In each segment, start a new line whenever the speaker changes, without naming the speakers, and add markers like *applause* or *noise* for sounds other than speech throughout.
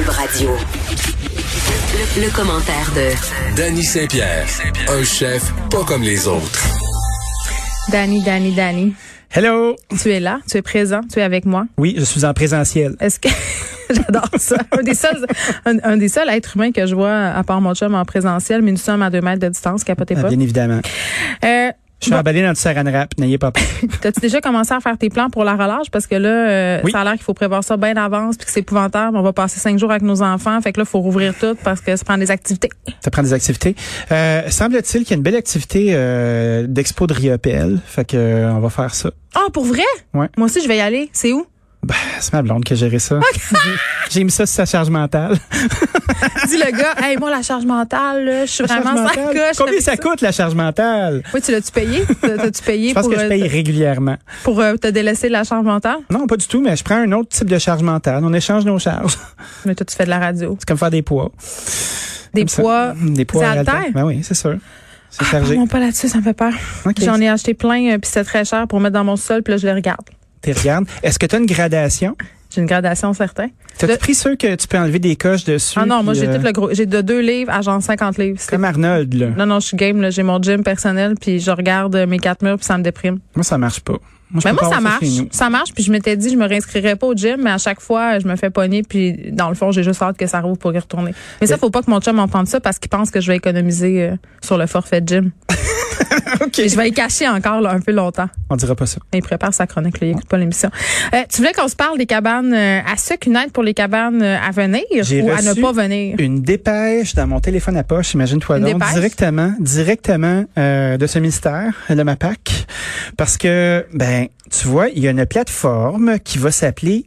Radio. Le, le commentaire de
Danny Saint-Pierre, un chef pas comme les autres.
Danny, Danny, Danny.
Hello.
Tu es là, tu es présent, tu es avec moi.
Oui, je suis en présentiel.
Est-ce que *laughs* j'adore ça Un des seuls, un, un des seuls êtres humains que je vois à part mon chum en présentiel, mais nous sommes à deux mètres de distance, capotez
Ah,
pas.
bien évidemment.
Euh,
Je suis emballé dans du saran wrap, n'ayez
*laughs*
pas peur.
T'as-tu déjà commencé à faire tes plans pour la relâche parce que là, euh,
Oui.
ça a l'air qu'il faut prévoir ça bien d'avance puis que c'est épouvantable. On va passer cinq jours avec nos enfants, fait que là, faut rouvrir tout parce que ça prend des activités.
Ça prend des activités. Euh, semble-t-il qu'il y a une belle activité euh, d'expo de Riopel. Fait que euh, on va faire ça.
Ah, pour vrai
Ouais.
Moi aussi, je vais y aller. C'est où
Ben, c'est ma blonde qui a géré ça. J'ai- J'ai mis ça sur sa charge mentale.
Dis le gars, hey, moi la charge mentale, là, je suis
La
*laughs*
charge
vraiment sans
mentale.
coche.
Combien
avec
ça coûte la charge mentale
Oui, tu l'as-tu payé? T'as- T'as-tu payé
Je pense
pour,
que je
euh,
paye régulièrement.
pour euh, te délaisser de la charge mentale?
Non, pas du tout, mais je prends un autre type de charge mentale. On échange nos charges. C'est
Mais toi, tu fais de la radio.
comme faire des poids.
Des
Comme ça.
poids.
Des poids.
ça
à
altère?
haltère. Ben oui, c'est sûr. C'est chargé.
Non, pas là-dessus, ça me fait peur.
Ok.
Ah, J'en ai acheté plein, euh, puis c'est très cher pour mettre dans mon sol, puis là, je les regarde.
T'y regardes. Est-ce que tu as une gradation?
J'ai une gradation certaine.
T'as-tu
Le-
pris ceux que tu peux enlever des coches dessus?
Ah non, moi,
puis,
j'ai
euh,
tout le gros. J'ai de deux livres à genre 50 livres. C'est-
Comme Arnold, là.
Non, non, je suis game, là. J'ai mon gym personnel, puis je regarde euh, mes quatre murs, puis ça me déprime.
Moi, ça marche pas. Moi, je
Mais Ben,
peux pas
moi, ça
avoir
marche.
chez nous.
Ça marche, puis je m'étais dit, je me réinscrirais pas au gym, mais à chaque fois, je me fais pogner, puis dans le fond, j'ai juste hâte que ça rouvre pour y retourner. Mais ça, faut pas que mon chum entende ça parce qu'il pense que je vais économiser euh, sur le forfait de gym.
*laughs* OK.
Et je vais y cacher encore là, un peu longtemps.
On dira pas ça.
Il prépare sa chronique, là, il écoute pas l'émission. Euh, tu voulais qu'on se parle des cabanes euh, à sucre, une aide pour les cabanes euh, à venir
J'ai
ou à ne
reçu
pas venir?
Une dépêche dans mon téléphone à poche, imagine-toi
Une
donc,
dépêche?
directement, directement euh, de ce ministère, de ma PAC. Parce que, ben, tu vois, il y a une plateforme qui va s'appeler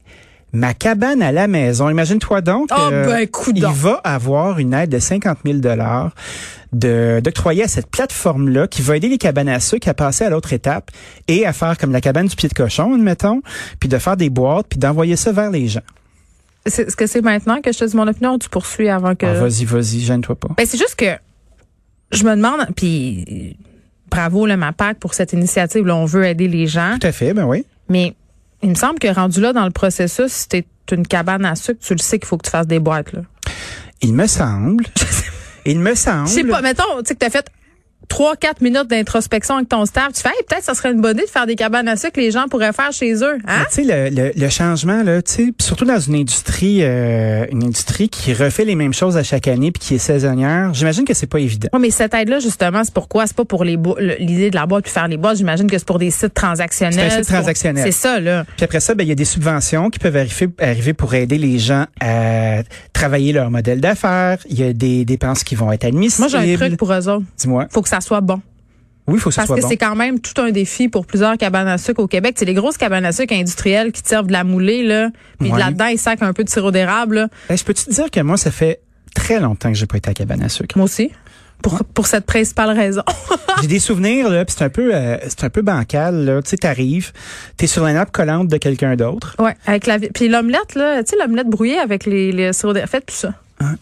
Ma cabane à la maison. Imagine-toi donc. euh,
Oh, ben, coudonc.
Il va avoir une aide de 50 000 de d'octroyer à cette plateforme-là qui va aider les cabanes à sucre à passer à l'autre étape et à faire comme la cabane du pied de cochon, admettons, puis de faire des boîtes, puis d'envoyer ça vers les gens.
C'est- Est-ce que c'est maintenant que je te dis mon opinion ou tu poursuis avant que...
Ah, vas-y, vas-y, gêne-toi pas.
Ben, c'est juste que je me demande, puis bravo là, ma PAC pour cette initiative, là, on veut aider les gens,
Tout à fait, ben oui.
mais il me semble que rendu là dans le processus, si t'es une cabane à sucre, tu le sais qu'il faut que tu fasses des boîtes. Là.
Il me
*laughs*
semble. Il me semble.
Je sais pas, mettons, tu sais que t'as fait trois, quatre minutes d'introspection avec ton staff, tu fais Hey, peut-être ça serait une bonne idée de faire des cabanes à sucre que les gens pourraient faire chez eux, hein?
Mais Tu sais, le, le, le changement, là, tu sais, pis surtout dans une industrie, euh, une industrie qui refait les mêmes choses à chaque année puis qui est saisonnière, j'imagine que c'est pas évident.
Oui, mais cette aide-là, justement, c'est pourquoi? C'est pas pour les bo- le- l'idée de la boîte puis faire les boîtes. J'imagine que c'est pour des sites transactionnels.
C'est un site
pour-
transactionnel.
C'est ça, là.
Puis après ça, ben, il y a des subventions qui peuvent arriver, arriver pour aider les gens à travailler leur modèle d'affaires. Il y a des dépenses qui vont être admissibles.
Moi, j'ai un truc pour eux autres.
Dis-moi.
Faut que ça soit bon.
Oui, il faut que ce
Parce
soit
que
bon.
c'est quand même tout un défi pour plusieurs cabanes à sucre au Québec. C'est les grosses cabanes à sucre industrielles qui servent de la moulée, là. Puis
Ouais.
là-dedans, ils sacent un peu de sirop d'érable, là.
Ben, je peux te dire que moi, ça fait très longtemps que j'ai pas été à cabane à
*laughs*
sucre.
Moi aussi. Pour, pour cette principale raison.
*laughs* J'ai des souvenirs là, puis c'est un peu, euh, c'est un peu bancal là. Tu sais, t'arrives, t'es sur la nappe collante de quelqu'un d'autre.
ouais. Avec la, vi- puis l'omelette, là. Tu sais, l'omelette brouillée avec les, les sirops d'érable. Faites plus ça.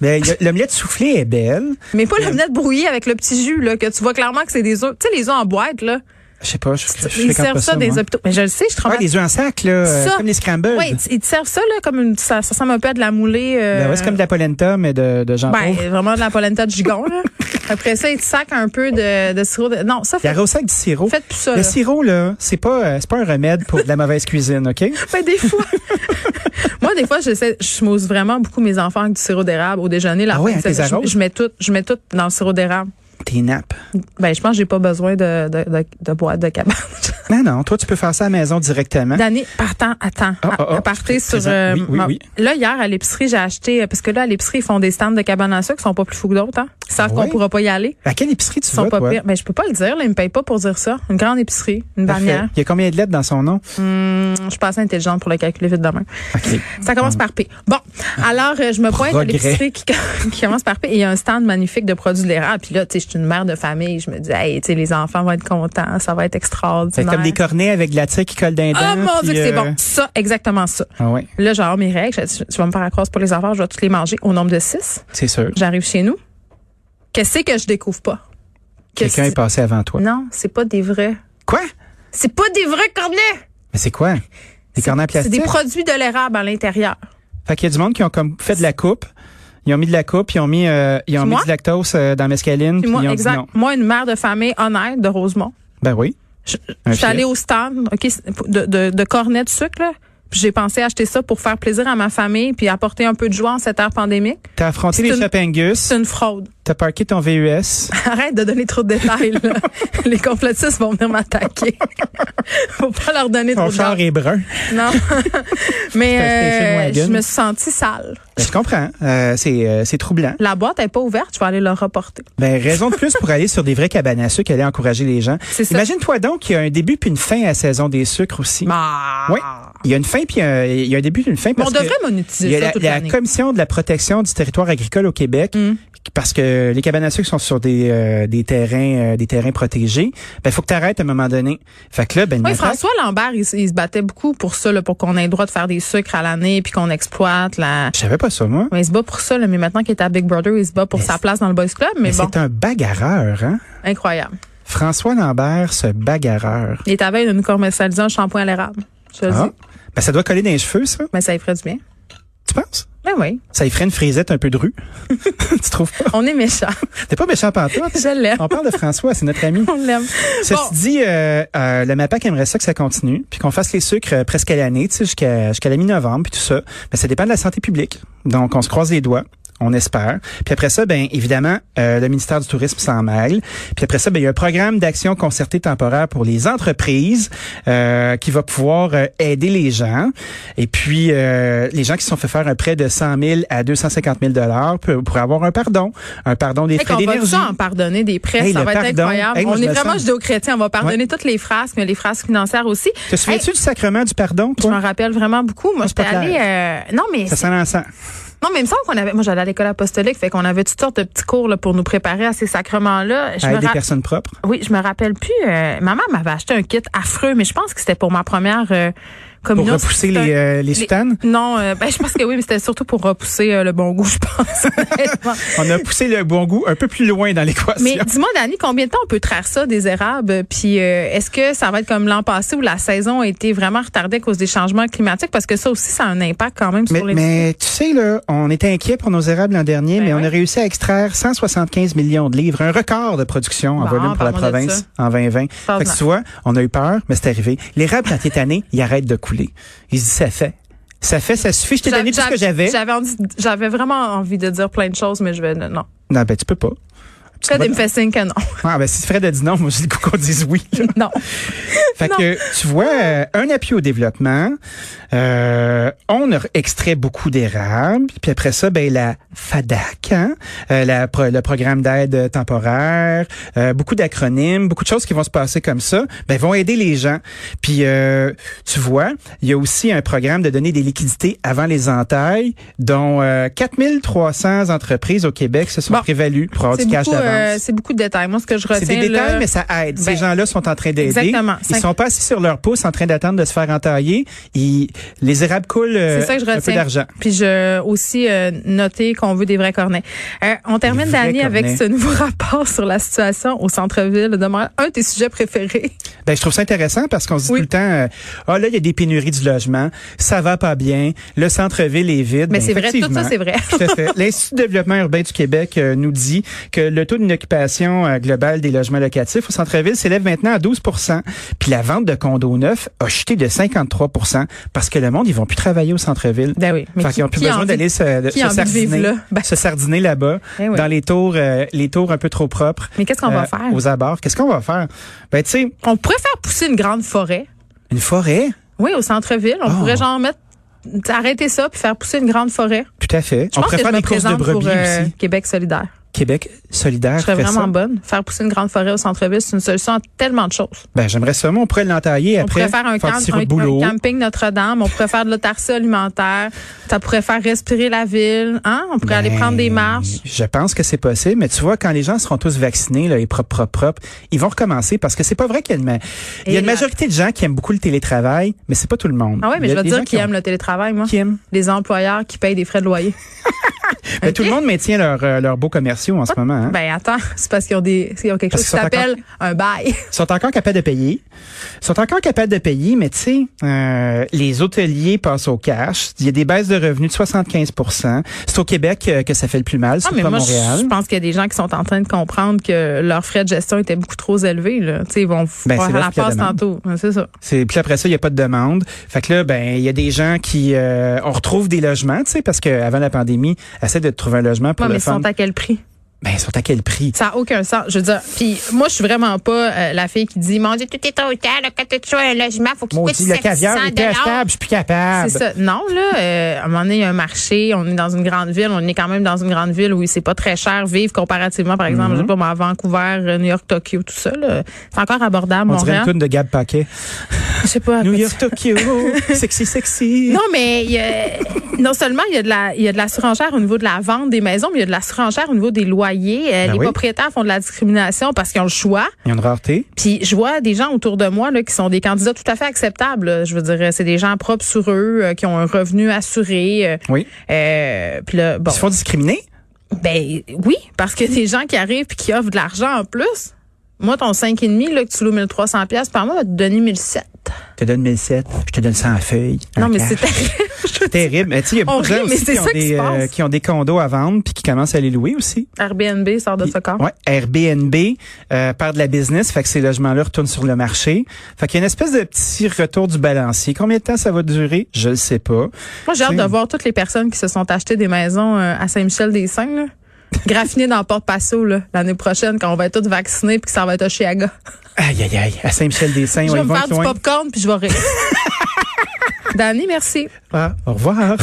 Ben,
*laughs*
y a- l'omelette soufflée est belle.
Mais pas l'omelette brouillée avec le petit jus, là, que tu vois clairement que c'est des œufs. Tu sais, les œufs en boîte, là.
Je sais pas, je, je, je
Ils
fréquente
servent
pas
ça,
ça.
dans les
moi.
hôpitaux. Mais je le sais, je
Ouais,
travaille.
des œufs en sac là, euh,
Ça.
comme les scrambles.
Oui, ils te servent ça, là, comme une, ça, ça ressemble un peu à de la moulée. euh,
Ben ouais, c'est comme de la polenta mais de, de Jean
ben,
Paul.
vraiment de la polenta de gigon, là. Après ça, ils te sacent un peu de, de sirop. De, non, ça
Il y
fait.
a au sac du sirop.
Faites plus ça,
Le
là.
sirop là, c'est pas, euh, c'est pas un remède pour de la mauvaise
*laughs*
cuisine, ok
Ben, des fois. Moi, des fois, j'essaie, je mousse vraiment beaucoup mes enfants avec du sirop d'érable au déjeuner. La
Ah ouais,
fin de
hein, t'es
semaine, je,
arrose?
je mets tout, je mets tout dans le sirop d'érable.
Tes nappes.
Ben, je pense que j'ai pas besoin de, de, de, de boîte de cabane.
Non non, toi tu peux faire ça à la maison directement.
Dany, partant, attends.
Ah, ah, ah,
partez
c'est
sur.
présent.
euh,
Oui, oui,
ma-
oui.
Là, hier, à l'épicerie, j'ai acheté. euh, Parce que là, à l'épicerie, ils font des stands de cabanes à sucre qui sont pas plus fous que d'autres. Hein. Ils savent
Ah
qu'on
ouais?
pourra pas y aller.
À quelle épicerie tu
Ils sont
vas
pas
toi?
pires. Ben, je peux pas le dire. Là, ils me payent pas pour dire ça. Une grande épicerie, une
Parfait.
bannière.
Il y a combien de lettres dans son nom
Hum, je suis pas assez intelligente pour le calculer vite demain.
Ok.
Ça commence par P. Bon, alors euh, je me pointe à
Hum. Progrès.
l'épicerie qui, *laughs* qui commence par P. Et il y a un stand magnifique de produits de l'érable. Puis là, tu sais, je suis une mère de famille. Je me dis, hey, tu sais, les enfants vont être contents. Ça va être
C'est
extraordinaire.
comme des cornets avec de la tire qui colle d'un euh,
Oh mon Dieu, que c'est bon. Ça, exactement ça.
Ah ouais,
Là, j'ai hors mes règles. Je- Tu vas me faire accroître pour les enfants. Je vais tous les manger au nombre de six.
c'est sûr.
J'arrive chez nous. Qu'est-ce que je découvre pas? Qu'est-ce
Quelqu'un est
que-
passé avant toi.
Non, c'est pas des vrais.
Quoi?
C'est pas des vrais cornets!
Mais c'est quoi? Des cornets en
C'est
plastique?
des produits de l'érable à l'intérieur.
Fait qu'il y a du monde qui ont comme fait de la coupe, Ils ont mis de la coupe, ils ont mis, euh, ils ont
Puis
mis
moi?
du lactose euh, dans la
Puis
mescaline. Puis
moi,
ils ont dit
exact.
non.
Moi, une mère de famille honnête de Rosemont,
Ben oui.
je,
Un
je suis
fief.
allée au stand, ok, de, de, de cornets de sucre. là. Puis j'ai pensé acheter ça pour faire plaisir à ma famille puis apporter un peu de joie en cette ère pandémique.
T'as affronté
C'est
les
une-
Chopengus,
C'est une fraude. *laughs*
t'as parqué ton VUS.
Arrête de donner trop de détails.
*laughs*
là. Les complotistes vont venir m'attaquer. *laughs* Faut pas leur donner trop
Ton
de
char
détails.
est brun. *laughs*
Non. Mais
C'est un
euh,
station wagon.
je me suis sentie sale.
Ben, je comprends. Euh, c'est, euh, c'est troublant.
La boîte n'est pas ouverte. Je vais aller le reporter.
Ben, raison de plus pour aller sur des vrais cabanes à sucre, aller encourager les gens.
C'est ça.
Imagine-toi donc qu'il y a un début puis une fin à la saison des sucres aussi.
Bah.
Oui. Il y a une fin puis un- il y a un début puis une fin.
Mais
Parce
on devrait
que il y
monétiser
a
ça
la,
toute
la
l'année.
commission de la protection du territoire agricole au Québec,
Mm.
parce que les cabanes à sucre sont sur des, euh, des terrains euh, des terrains protégés. Ben faut que tu arrêtes à un moment donné. Fait que là, ben une
Oui,
attaque-
François Lambert, il, s- il se battait beaucoup pour ça, là, pour qu'on ait le droit de faire des sucres à l'année puis qu'on exploite la.
je savais pas ça moi.
Mais il se bat pour ça, là, mais maintenant qu'il est à Big Brother, il se bat pour
Mais
sa
c'est-
place dans le Boys Club. Mais,
Mais
bon,
c'est un bagarreur, hein.
incroyable.
François Lambert, ce bagarreur.
Il est à veille de nous commercialiser un shampoing à l'érable. Je te le
Ah.
dis.
Ben ça doit coller dans les cheveux, ça.
Mais ça y ferait du bien.
Tu penses?
Ben oui.
Ça y ferait une frisette un peu drue. *laughs* tu trouves pas?
On est méchants. *laughs*
T'es pas méchant pantoute.
Je l'aime.
On parle de François, c'est notre ami.
On l'aime.
Ceci
Bon.
dit, euh, euh, le MAPAC aimerait ça que ça continue, puis qu'on fasse les sucres euh, presque à l'année, tu sais, jusqu'à jusqu'à la mi-novembre, puis tout ça. Mais ça dépend de la santé publique. Donc, on se croise les doigts. On espère. Puis après ça, ben évidemment, euh, le ministère du Tourisme s'en mêle. Puis après ça, ben il y a un programme d'action concertée temporaire pour les entreprises euh, qui va pouvoir euh, aider les gens. Et puis euh, les gens qui se sont fait faire un prêt de 100 000 à 250 000 dollars pour, pour avoir un pardon, un pardon des
Hey,
frais
qu'on va
d'énergie.
ça en pardonner des prêts,
Hey,
ça
le
va être
pardon.
incroyable.
Hey, moi,
on
je
est
me
vraiment
sens-
judéo-chrétien, on va pardonner toutes les frasques, mais les frasques financières aussi.
Te souviens-tu du sacrement du pardon,
Je
toi
m'en rappelle vraiment beaucoup. Moi,
Ah, c'est
j'étais
pas
allée... euh, non, mais
Ça sent l'encens.
Non, mais il me semble qu'on avait. Moi, j'allais à l'école apostolique, fait qu'on avait toutes sortes de petits cours là, pour nous préparer à ces sacrements-là. Je
à
me
être des
rapp-
personnes propres.
Oui, je me rappelle plus. euh, maman m'avait acheté un kit affreux, mais je pense que c'était pour ma première euh,
Pour
communion.
repousser
C'était-
les, euh, les soutanes.
Non, euh, ben, je pense que oui, mais c'était surtout pour repousser euh, le bon goût, je pense.
*laughs*
honnêtement.
On a poussé le bon goût un peu plus loin dans l'équation.
mais dis-moi, Dani, combien de temps on peut traire ça, des érables? Puis euh, est-ce que ça va être comme l'an passé où la saison a été vraiment retardée à cause des changements climatiques? Parce que ça aussi, ça a un impact quand même
Mais,
sur les...
mais tu sais, là, on était inquiet pour nos érables l'an dernier,
Ben
mais on
ouais.
a réussi à extraire 175 millions de livres, un record de production en
Bon,
volume pour la
parle-moi de
province en 2020. Fait que tu vois, on a eu peur, mais c'est arrivé. L'érable, quand il est tanné, il arrête de couler. Il se dit, ça fait. Ça fait, ça suffit, je t'ai donné tout ce que j'avais.
J'avais envie- j'avais vraiment envie de dire plein de choses, mais je vais non.
Non, ben, tu peux pas.
Fred, il me fait signe que non. *laughs*
Ah, ben, si Fred a dit non, moi, j'ai le goût qu'on dise oui.
non.
Ah, Fait
Non. Ah.
que tu vois, euh, un appui au développement, euh, on a extrait beaucoup d'érables, puis après ça, ben la FADAC, hein, euh, la pro- le programme d'aide temporaire, euh, beaucoup d'acronymes, beaucoup de choses qui vont se passer comme ça, ben vont aider les gens. Puis euh, tu vois, il y a aussi un programme de donner des liquidités avant les entailles, dont euh, 4300 entreprises au Québec se sont
Bon.
prévalues pour avoir
C'est
du cash
beaucoup, euh,
d'avance.
c'est beaucoup de détails. Moi, ce que je retiens.
C'est des détails,
là,
mais ça aide. Ces
ben,
gens-là sont en train d'aider.
exactement.
Ils
Cinq-
sont pas assis sur leur pouce en train d'attendre de se faire entailler. Ils, les érables coulent euh,
C'est ça que je
un peu
retiens.
d'argent.
Puis je aussi euh, noter qu'on veut des vrais cornets. Euh, on termine
vrais
Dani avec
cornets.
ce nouveau *laughs* rapport sur la situation au centre-ville. de Montréal. un de tes sujets préférés.
Ben, je trouve ça intéressant parce qu'on se dit
Oui.
tout le temps, euh, ah là, il y a des pénuries du logement, ça va pas bien, le centre-ville est vide.
Mais
Ben,
c'est vrai, tout ça,
effectivement.
c'est vrai.
Tout à
*laughs*
fait. L'Institut de développement urbain du Québec euh, nous dit que le taux d'inoccupation euh, globale des logements locatifs au centre-ville s'élève maintenant à 12 Puis la vente de condos neufs a chuté de 53 parce que le monde, ils vont plus travailler au centre-ville.
Ben oui. Mais
Fait
qui,
qu'ils ont plus
qui a
besoin
envie-
d'aller se, de-
qui a
se
envie de vivre
sardiner,
là? Ben-
se sardiner là-bas,
Eh oui.
dans les tours, euh, les tours un peu trop propres.
Mais qu'est-ce qu'on va
euh,
faire?
Aux abords. Qu'est-ce qu'on va faire? Ben, tu sais,
On pourrait faire pousser une grande forêt.
une forêt.
Oui, au centre-ville. On
Ah.
pourrait genre mettre arrêter ça puis faire pousser une grande forêt.
Tout à fait.
Je
on
pense que
pourrait
je
faire
me
des courses de
présente
brebis
pour euh,
aussi.
Québec solidaire.
Québec solidaire.
Je serais
fait
vraiment
ça.
bonne. Faire pousser une grande forêt au centre-ville, c'est une solution à tellement de choses.
Ben, j'aimerais ça. mais On pourrait l'entailler
on
après.
pourrait faire un, camp-
du sirop
un-
de boulot.
un camping Notre-Dame, on pourrait faire de l'autarcie alimentaire, ça pourrait faire respirer la ville, hein? On pourrait aller
Ben,
prendre des marches.
Je pense que c'est possible, mais tu vois, quand les gens seront tous vaccinés, là, et propres, propres, propres, ils vont recommencer parce que c'est pas vrai qu'il y a une, ma- il y
Et
a une
la-
majorité de gens qui aiment beaucoup le télétravail, mais c'est pas tout le monde.
Ah ouais, mais
Il y
je vais
a
te
des gens
dire
qui
qui
ont-
aiment le télétravail, moi.
qui aiment.
Les employeurs qui payent des frais de loyer.
Mais tout le monde maintient leurs euh, leurs beaux commerciaux en ce moment. Hein.
Ben attends, *laughs* c'est parce qu'ils ont des, ils ont quelque
Parce
chose qui
qu'ils sont
s'appelle un bail.
*laughs* Ils sont encore capables de payer. Ils sont encore capables de payer, mais tu sais, euh, les hôteliers passent au cash. Il y a des baisses de revenus de 75 C'est au Québec euh, que ça fait le plus mal, c'est
Ah, mais
pas
moi,
Montréal.
je pense qu'il y a des gens qui sont en train de comprendre que leurs frais de gestion étaient beaucoup trop élevés. Là. Tu sais, Ils vont vous
Ben,
faire
c'est
la
l'offre qu'il y a
passe
demande.
tantôt. Ouais, C'est ça.
C'est puis après ça, il y a pas de demande. Fait que là, ben il y a des gens qui euh, on retrouve des logements, tu sais, parce que avant la pandémie, essaie de trouver un logement pour
Ouais,
le
mais ils
fun.
sont à quel prix?
Ben ils sont à quel prix
Ça n'a aucun sens. Je veux dire, puis moi, je suis vraiment pas euh, la fille qui dit, mon Dieu, tout est au hôtel, quand tu as un logement, faut qu'il coûte
Maudit,
700
le caviar était achetable, je suis plus capable.
C'est ça. Non, là, euh, à un moment donné, il y a un marché, on est dans une grande ville, on est quand même dans une grande ville où c'est pas très cher vivre comparativement, par
Mhm.
exemple, je sais pas, moi, à Vancouver, euh, New York, Tokyo, tout ça, là. C'est encore abordable,
On dirait
Montréal.
une tune de Gab
*laughs*
Paquet.
Je sais pas. à
New
quoi
York, Tokyo, sexy, sexy.
Non, mais il y a- *laughs* non seulement il y a de la il y a de la surenchère au niveau de la vente des maisons, mais il y a de la surenchère au niveau des loyers. Euh,
Ben
les
oui.
propriétaires font de la discrimination parce qu'ils ont le choix.
Il y a une rareté.
Puis je vois des gens autour de moi là, qui sont des candidats tout à fait acceptables. là. Je veux dire, c'est des gens propres sur eux, euh, qui ont un revenu assuré. euh,
Oui.
euh, puis là, bon,
Ils se font discriminer.
ben oui, parce que des gens qui arrivent puis qui offrent de l'argent en plus. Moi, ton 5,5, là, que tu loues 1300 pièces par mois, va te donner 1007.
Je te donne 1007, je te donne 100 feuilles.
Non,
un
mais
cash.
c'est terrible. Je-
terrible. Mais tu sais, il y a
On
beaucoup de
rit,
gens
mais
aussi
c'est
qui ont,
ça qui
des, euh,
se passe.
qui ont des condos à vendre puis qui commencent à les louer aussi.
*laughs* Airbnb sort de ce corps.
Ouais, Airbnb euh, perd de la business, fait que ces logements-là retournent sur le marché. Fait qu'il y a une espèce de petit retour du balancier. Combien de temps ça va durer? Je le sais pas.
Moi, j'ai hâte
Tu sais.
de voir toutes les personnes qui se sont achetées des maisons euh, à Saint-Michel-des-Saints, là. Graffiner dans Port-Passo, là, l'année prochaine, quand on va être tous vaccinés puis que ça va être à Chiaga.
Aïe, aïe, aïe. À Saint-Michel-des-Saints,
Je
on
vais
y
me
va
faire du
loin.
popcorn puis je vais rire. Dani, merci.
Ah, au revoir.